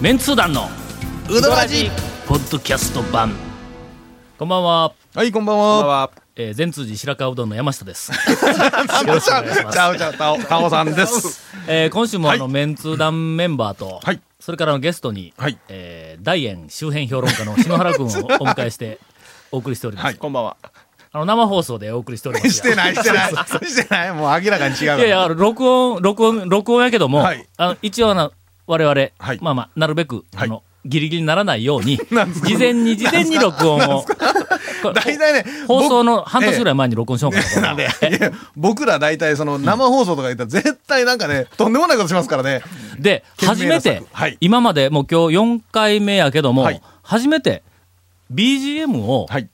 メンツー団のうどらじポッドキャスト版こんばんは、はい、こんばんこんばんは。は。えー、全通寺白川うどんの山下 です、あ、よろしくおちゃ願いうしますちゃうちゃう、タオ、タオさん です。えー、今週もあの、はメンツー団メンバーと、はいそれからのゲストに、はいえー大円周辺評論家の篠原君をお迎え してお送りしております、はいこんばんは。あの生放送でお送りしておりますがして ない、してない。してない、もう明らかに違うから。いやいや、あの録音、録音、録音やけども、はいあの一応あの、我々、はいまあまあ、なるべく、はいあの、ギリギリにならないように、 なんですか事前に、事前に録音を、こ大体ね、放送の半年ぐらい。い前に録音しようかなと思うなんで、いや僕ら大体その生放送とか言ったら絶対なんかね、とんでもないことしますからね。で、初懸命めな策て、はい今までもう今日4回目やけども、はい初めて、BGM を、はい。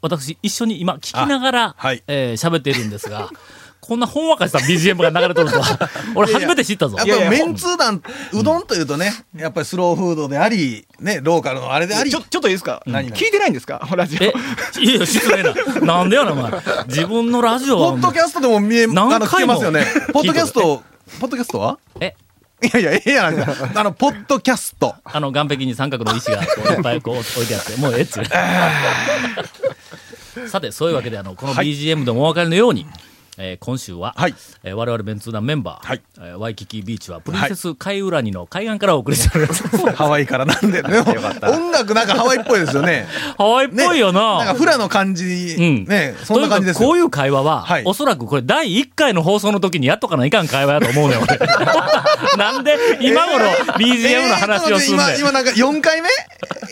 私、一緒に今、聞きながら、はいえー喋っているんですが、 こんなほんわかした BGM が流れとると は、俺初めて知ったぞ。やっぱメンツー団、うどんというとね、やっぱりスローフードであり、ね、ローカルのあれでありちょ、、ちょっといいですか何聞いてないんですか ラジオ。え、いやいや、失礼な。なんでやねん、お前。自分のラジオポはッドキャストでも見え、あの、何回も聞けますよね。ポッドキャスト聞、ポッドキャストはえ、いやいや、ええやなんか。 あの、ポッドキャスト。あの、岸壁に三角の石がこういっぱいこう置いてあって、もうええっつうさて、そういうわけで、あの、このはい BGM でもお分かりのように、えー今週は、はいえー我々メンツー団メンバー、はいえーワイキキビーチはプリンセス海浦にの海岸からお送り しております。ハワイからなんで、 でも音楽なんかハワイっぽいですよね。ハワイっねぽいよな。んかフラの感じ、うんね、そんな感じですというかこういう会よ。話は、はいおそらくこれ第1回の放送の時にやっとかないかん会話やと思うねん、 俺。なんで今頃 BGM の話をすんねん。えーちょっと待って今、今なんか4回目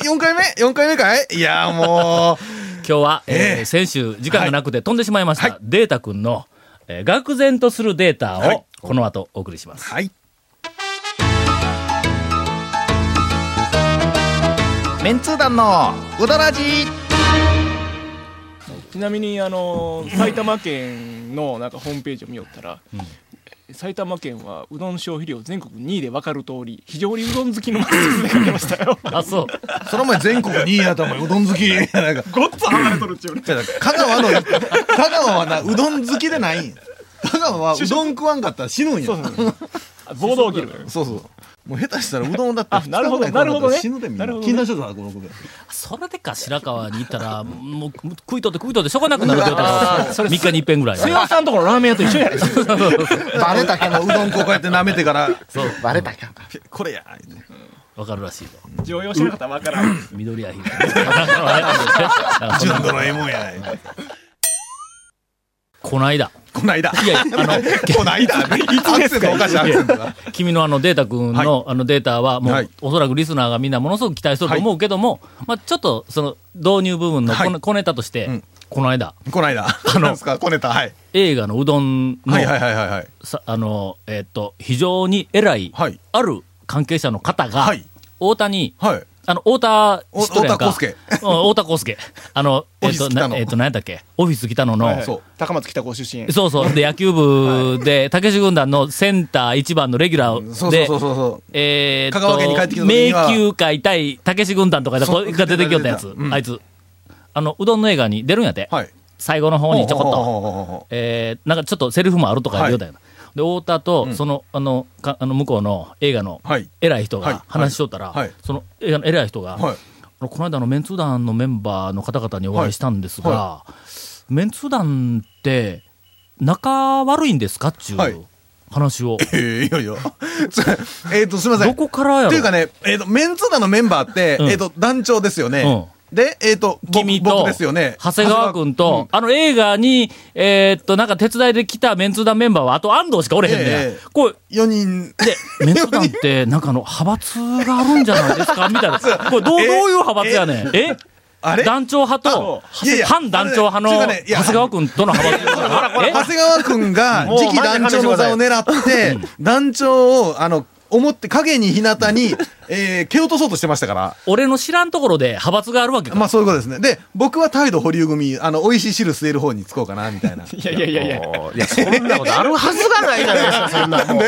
?4 回目 ?4 回目かいいやーも今日は、えーええ先週時間がなくて飛んでしまいました、はいデータ君の、えー、愕然とするデータはをいこの後お送りしまう。す。はい。メンツー団のうどらじちなみに、あの、埼玉県のなんかホームページを見よったら、埼玉県はうどん消費量全国2位で分かる通り、非常にうどん好きの街ですね書いてましたよ。あ、そう。その前全国2位やったもん、うどん好き。なんかごっつ離れとるっちゅうね。香川の、香川はな、うどん好きでないん。香川はうどん食わんかったら死ぬんや。そうそうあ暴動切る。そうそう。もう下手したらうどんだってあ二日なるほぐらどい食わんかったらなるほどね死ぬでみんななるほ。どね禁断症状だ、この子で。それでか白川に行ったら、もう食いとって食いとってしょうがなくなるデータが、3日に一遍ぐらい。瀬尾さんとこのラーメン屋と一緒やで。バレたけど、うどんこうやって舐めて から、バレたか。これや。わかるらしいぞ。常用しなかったら分からん。緑やひ。純度のええもんやない。こないだ。こないだ。いやいや、あの、こない だ。アクセントおかしいアクセントが。君のあのデータ君の,、あのデータはもう、はいおそらくリスナーがみんなものすごく期待すると思うけども、まあ、ちょっとその導入部分のはいこの小ネタとして、んこの間こないだ。あの、ですか、こねた。はい。映画のうどんの,、はいはいはいはいはい。さあのえっと非常に偉い、はいある関係者の方が、はい太田にはい。あの太田お知っとるやんか太田康介うん太田康介あのえっとオフィス北野なえっと何やったっけオフィス北野の、はいはいそう高松北高出 身。 そうそうで野球部で武志軍団のセンター一番のレギュラーでそうそうそうそうそう。えー、と香川県に帰ってきた時迷には宮界対たけし軍団とかでこそううが出てきよったやつ、出てたうんあいつあのうどんの映画に出るんやて、はい。最後の方にちょこっと、と。えー、なんかちょっとセリフもあるとか言うたよな、で太田とその,、あのかあの向こうの映画のはい偉い人はいが話しとったら、はいその映画の偉い人が、はい。あのこの間のメンツー団のメンバーの方々にお会いしたんですが、はメンツー団って仲悪いんですかっちゅはうい話を、えー、いやい や。つえっと、すみませどん。こからやろというかね、えっ、と、メンツーダのメンバーって、うんえっ、と、団長ですよね。で、えっ、と、僕君と、僕ですよね。長谷川君と、あの映画に、えーっと、なんか手伝いで来たメンツー団メンバーは、あと安藤しかおれへんねん。ええこう、 4人。で、メンツー団って、なんかあの、派閥があるんじゃないですかみたいな。これ、どう、えどういう派閥やねん。えあれ団長派と、あいやいや反団長派の、あ長れね違うねいや谷川君との派閥。え長谷川くんがもう次期団長の座を狙って、団長を、あの、表、影に日向に、えー、蹴落とそうとしてましたから。俺の知らんところで派閥があるわけか。まあそういうことですね。で、僕は態度保留組、あの、美味しい汁吸える方につこうかな、みたいな。いやいやいやいや。いや、そんなことあるはずがないじゃないですか、そんなも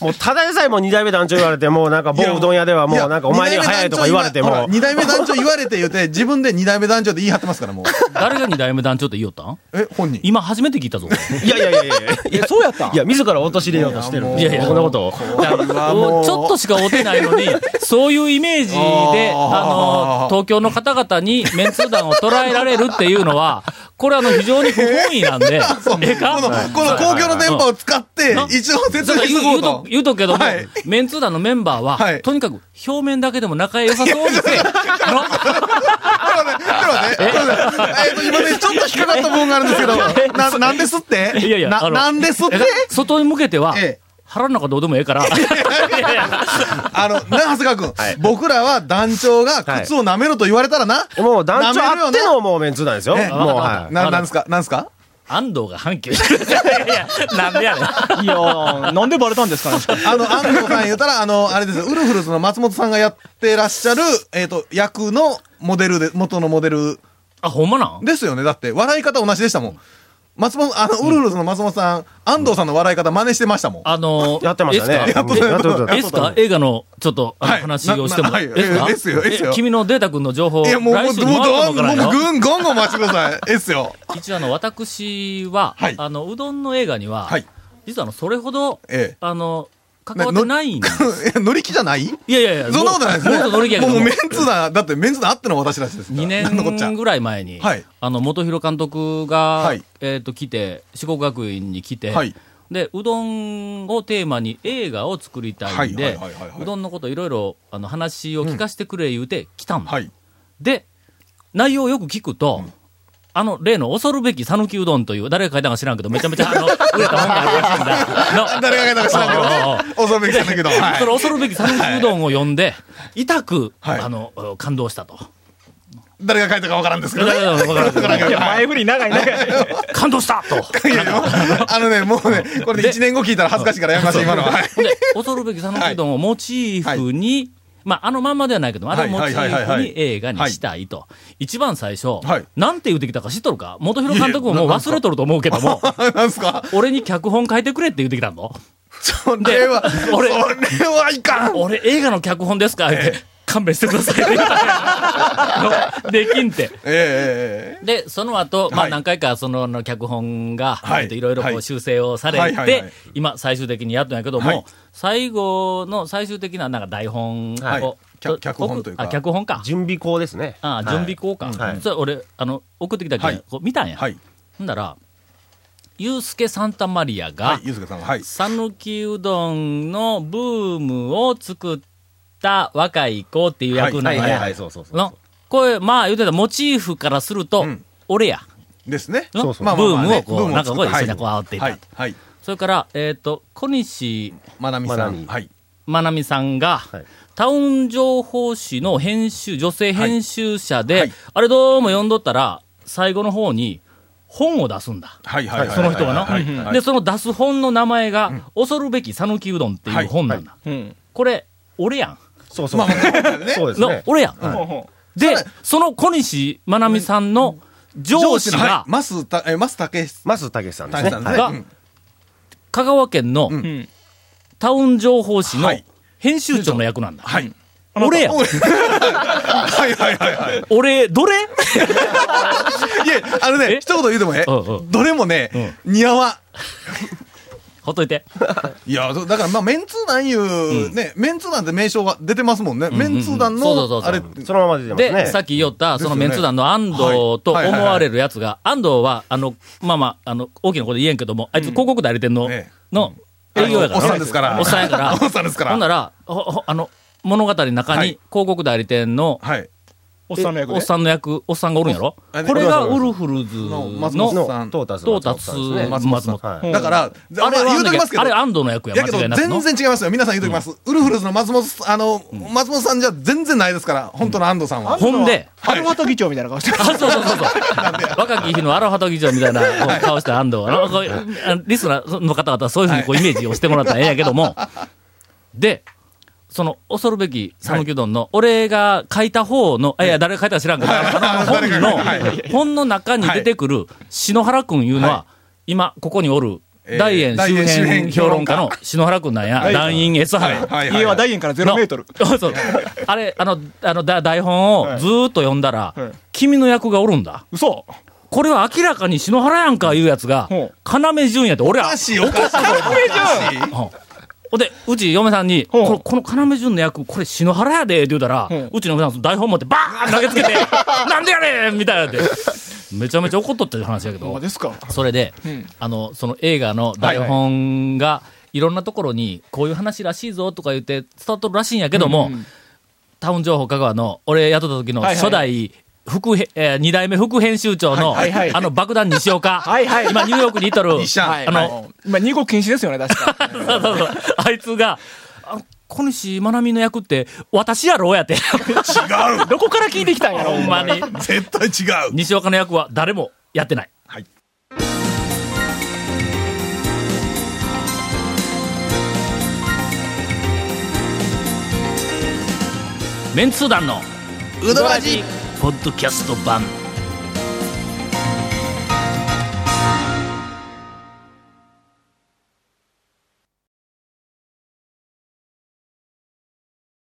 う。もう、ただでさえもう二代目団長言われて、もうなんか、某うどん屋ではもうなんか、お前には早いとか言われても。二代目団長言われて言うて、自分で二代目団長って言い張ってますから、もう。誰が二代目団長って言おったんえ、本人。今初めて聞いたぞ。いやいやいやいやいや、そうやったいや、自ら落とし入れようとしてる。いやもういやいや、こんなことを。これはもうもうちょっとしか会うてないのに、そういうイメージで、あの、東京の方々にメンツー団を捉えられるっていうのは、これあの、非常に不本意なん で、ええかこの、この公共の電波を使ってな、一応 説だから明言しう言うとこうとと。言うとくけども、はいメンツー団のメンバーは、はいとにかく表面だけでも仲良さそうにせえちょっと待って、ちょっと待ってえっと、今ね、ちょっと引っかかった部分があるん ですけど、な、なんですっていやいやあな、のなんですってえ外に向けては、ええ腹の中どうでもええから。あの、な、長谷川君、僕らは団長が靴を舐めろと言われたらな、もう団長あって舐めるよのもうメンツー団ですよ。もうえはな、なんですか、なんですか安藤が半球してる。いやいや、なんでやねん。いやー、なんでバレたんですかね。あの、安藤さん言うたら、あの、あれですよウルフルズの松本さんがやってらっしゃる、えっ、と、役のモデルで、元のモデルあ、ほんまなんですよね。だって、笑い方同じでしたもん。松本、あの、ウルフルズの松本さん、安藤さんの笑い方真似してましたもん。あのー、い。やってましたね。えやってましたえですか映画の、ちょっと、あのはい話をしても。ななはいえすかえですよえですよえ君のデータ君の情報、いや、もう、もう、も来う、週に回ると思うからもう、よ。ぐんぐんご待ちください。 えっすよ。一応、あの、私は、はいあの、うどんの映画には、 はい実は、あの、それほど、ええあの、関わってないんで。え乗り気じゃないいやいやいや、そんなことないですね。もっと乗り気やけもどうもうもメンツだ、だってメンツだあっての私たちですから。 2なんのこっちゃ年。ぐらい前に、はいあの元広監督が、はいえー、と来て四国学院に来て、はいでうどんをテーマに映画を作りたいんはでいはいはいはいはいうどんのこといろいろあの話を聞かせてくれ言うて来たんだ、はい。で内容をよく聞くと、あの例の恐るべき讃岐うどんという誰が書いたか知らんけどめちゃめちゃあの売れた本があるらしいんだ。の誰が言ったか知らんけどねああああ。恐るべきだ けど。はいその恐るべき讃岐うどんを読んで、痛く、はいあの感動したと。誰が書いたかわからんですけどね。誰が書いたかわからんけいや、前振り長い長い。 感動したと。いやいやあのね、もうね、これね、で1年後聞いたら恥ずかしいからやめましょう、今のは。はいほんで、恐るべき讃岐うどんをモチーフに、まあ、あのまんまではないけど、あのモチはいはいはいーはフいに映画にしたいと。一番最初、はいなんて言うてきたか知っとるか元広監督ももう忘れとると思うけども、 なんすか俺に脚本書いてくれって言うてきたの。それは、そ俺れはいかん俺映画の脚本ですかって、勘弁してくださいって言ったのできんって。えええええで、その後、まはあい何回かそのあの脚本が、はいえっといろいろこはうい修正をさはれいはいてはい、今最終的にやったんやけども、はい最後の最終的ななんか台本を、はいと脚脚本というかあ、腳本か。準備校ですね。あはい準備校か。はいそれ俺、あの、送ってきたけはどい、こう見たんえや。はい。ほんだら、ユースケ・サンタマリアはがい、、ゆうすけさんは。はい。讃岐うどんのブームを作った若い子っていう役なはんいはいやはい、。そうそうそう。の、これ、まあ言うてたモチーフからするとうん、俺や。ですね。のそうそうまあまあまあねブームをこうブなんかこう作って一緒にこう煽っていったはい。はい。それから、えっ、と、小西まなみさまなみん。はい。まなみさんが、はいタウン情報誌の編集、女性編集者で、はいあれどうも読んどったら、最後の方に本を出すんだ。はいはいはい。その人がな、はいはいで、その出す本の名前が、恐るべき讃岐うどんっていう本なんだ。 うん。これ、俺やん。そうそうまあ。まあ、ね。そうですの、ね。俺やん。ほうほで、その小西まなみさんの上上司司が、の、はい。マスた、え、マスたけしマスたけしさんでさすんでね。すはいね。がうん香川県の、うんう。うん。タウン情報誌のはい編集長の役なんだ。はい。俺やん。 はいはいはいはい。俺、どれ いや、あのえね、一言言うてもねうんう、んどれもね、似合わん。ほっといて。いや、だだから、まあ、メンツー団いう、ね、メンツー団って名称は出てますもんね。メンツー団そうそうそうの、そうあれ、そのまま出てますで、ね。さっき言った、そのメンツ団の安藤とはいはいはい思われるやつが、安藤は、あの、まあまあ、あの、大きなこと言えんけども、あいつ広告代理店のええ、の営業やから。おっさんですからおっさんやから。 おっさんですからほんなら、ほほあの、物語の中はいに広告代理店の、はい。おっさんの役おっで。さんの役、おっさんがおるんやろあねこれがウルフルズのの松本トさんの、トータス。ータス松本さん。はうい。んだから、あれまあは言うときますけどあれ、安藤の役や、やけど間違いなくの。全然違いますよ。皆さん言うときます。ウルフルズの松本さん、あの、松本さんじゃ全然ないですから、本当の安藤さんは。ほんで、春畑議長みたいな顔してる。あ、そうそうそうそう。若き日のアラファト議長みたいなこう顔した安藤がなこういうあのリスナーの方々はそういうふうにこうイメージをしてもらったらええんやけども。で、その恐るべき讃岐うどんの、俺が書いた方の、いや、誰が書いたか知らんけど、あの本誰がのはい、本の中に出てくる篠原くんいうのは、今、ここにおる、えー大円周大円周辺辺評評論論家家の篠原くんなんや、はい団員 S は原い。や。はい。家ははい大円から0メートル。の。 そうそう。あれ、あの、あの、だ台本をずーっと読んだらはいはい、君の役がおるんだ。嘘これは明らかに篠原やんかいうやつがほう、要潤やって、俺おはか、しい、おかしい。おかしい。うんほんで、うち嫁さんに、ほうこのこの要潤の役、これ篠原やで、って言うたら、うんうちの嫁さん、台本持ってバーン投げつ けて、なんでやねんみたいなって、めちゃめちゃ怒っとったっていう話やけほんまど、ですか。それで、うんあの、その映画の台本が、いろんなところに、こういう話らしいぞとか言って伝わっとるらしいんやけども、うんうんタウン情報香川の、俺雇った時のはいはい初代、副編、えー二代目副編集長の、はいはいはいあの爆弾西岡。 はいはい今ニューヨークにいと る。西ちゃんはいあのはい今二号禁止ですよね確 か。 そうそうそう。あいつが、あ小西まなみの役って、私やろや って。違うどこから聞いてきたんやろほんまに。絶対違う西岡の役は誰もやってない。はいメンツー団の、うどらじポッドキャスト版、